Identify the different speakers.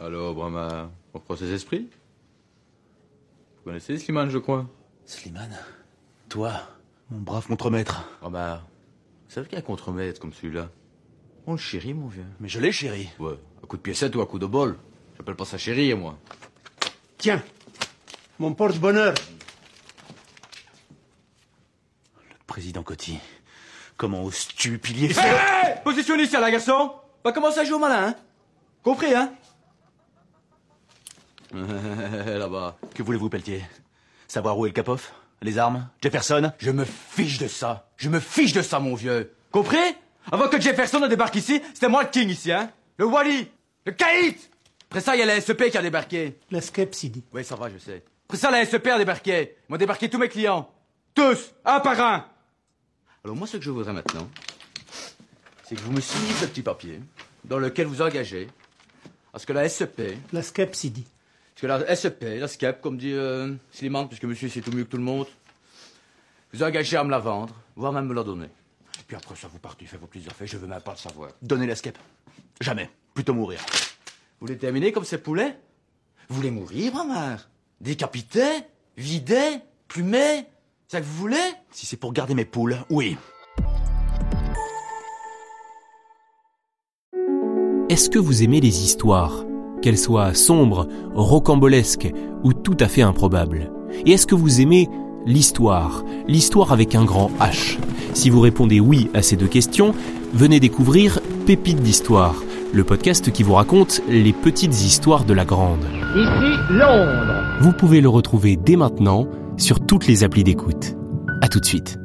Speaker 1: Alors, Brahma, on croit ses esprits Vous connaissez Slimane, je crois
Speaker 2: Slimane, toi, mon brave contremaître.
Speaker 1: Brahma, vous savez qu'un contremaître comme celui-là, on le chérit, mon vieux.
Speaker 2: Mais je l'ai, chéri.
Speaker 1: Ouais, à coup de piécette ou à coup de bol. J'appelle pas ça chérir, moi.
Speaker 3: Tiens, mon porte-bonheur.
Speaker 2: Le président Coty. Comment oses-tu, pilier
Speaker 4: Hé hey Position initiale, là, garçon Pas commencer à jouer au malin, hein Compris, hein
Speaker 1: Là-bas.
Speaker 2: Que voulez-vous, Pelletier Savoir où est le capof Les armes Jefferson
Speaker 4: Je me fiche de ça Je me fiche de ça, mon vieux Compris Avant que Jefferson ne débarque ici, c'était moi le king ici, hein Le Wally Le Kaït Après ça, il y a la SEP qui a débarqué.
Speaker 3: La Skepsidi.
Speaker 4: Oui, ça va, je sais. Après ça, la SEP a débarqué. Ils m'ont débarqué tous mes clients. Tous Un par un
Speaker 1: alors moi, ce que je voudrais maintenant, c'est que vous me signiez ce petit papier dans lequel vous engagez à ce que la SEP...
Speaker 3: La SCEP, s'y dit.
Speaker 1: Ce que la SEP, la SCEP, comme dit euh, Slimane, puisque monsieur sait tout mieux que tout le monde, vous engagez à me la vendre, voire même me la donner. Et puis après ça, vous partez, faites vos plusieurs faits, je veux même pas le savoir.
Speaker 2: Donnez la SCEP. Jamais. Plutôt mourir.
Speaker 1: Vous voulez terminer comme ces poulets Vous voulez mourir, Bramard Décapité Vidé Plumé C'est ça que vous voulez
Speaker 2: si c'est pour garder mes poules, oui.
Speaker 5: Est-ce que vous aimez les histoires Qu'elles soient sombres, rocambolesques ou tout à fait improbables Et est-ce que vous aimez l'histoire L'histoire avec un grand H Si vous répondez oui à ces deux questions, venez découvrir Pépites d'Histoire, le podcast qui vous raconte les petites histoires de la grande.
Speaker 6: Ici Londres
Speaker 5: Vous pouvez le retrouver dès maintenant sur toutes les applis d'écoute. A tout de suite.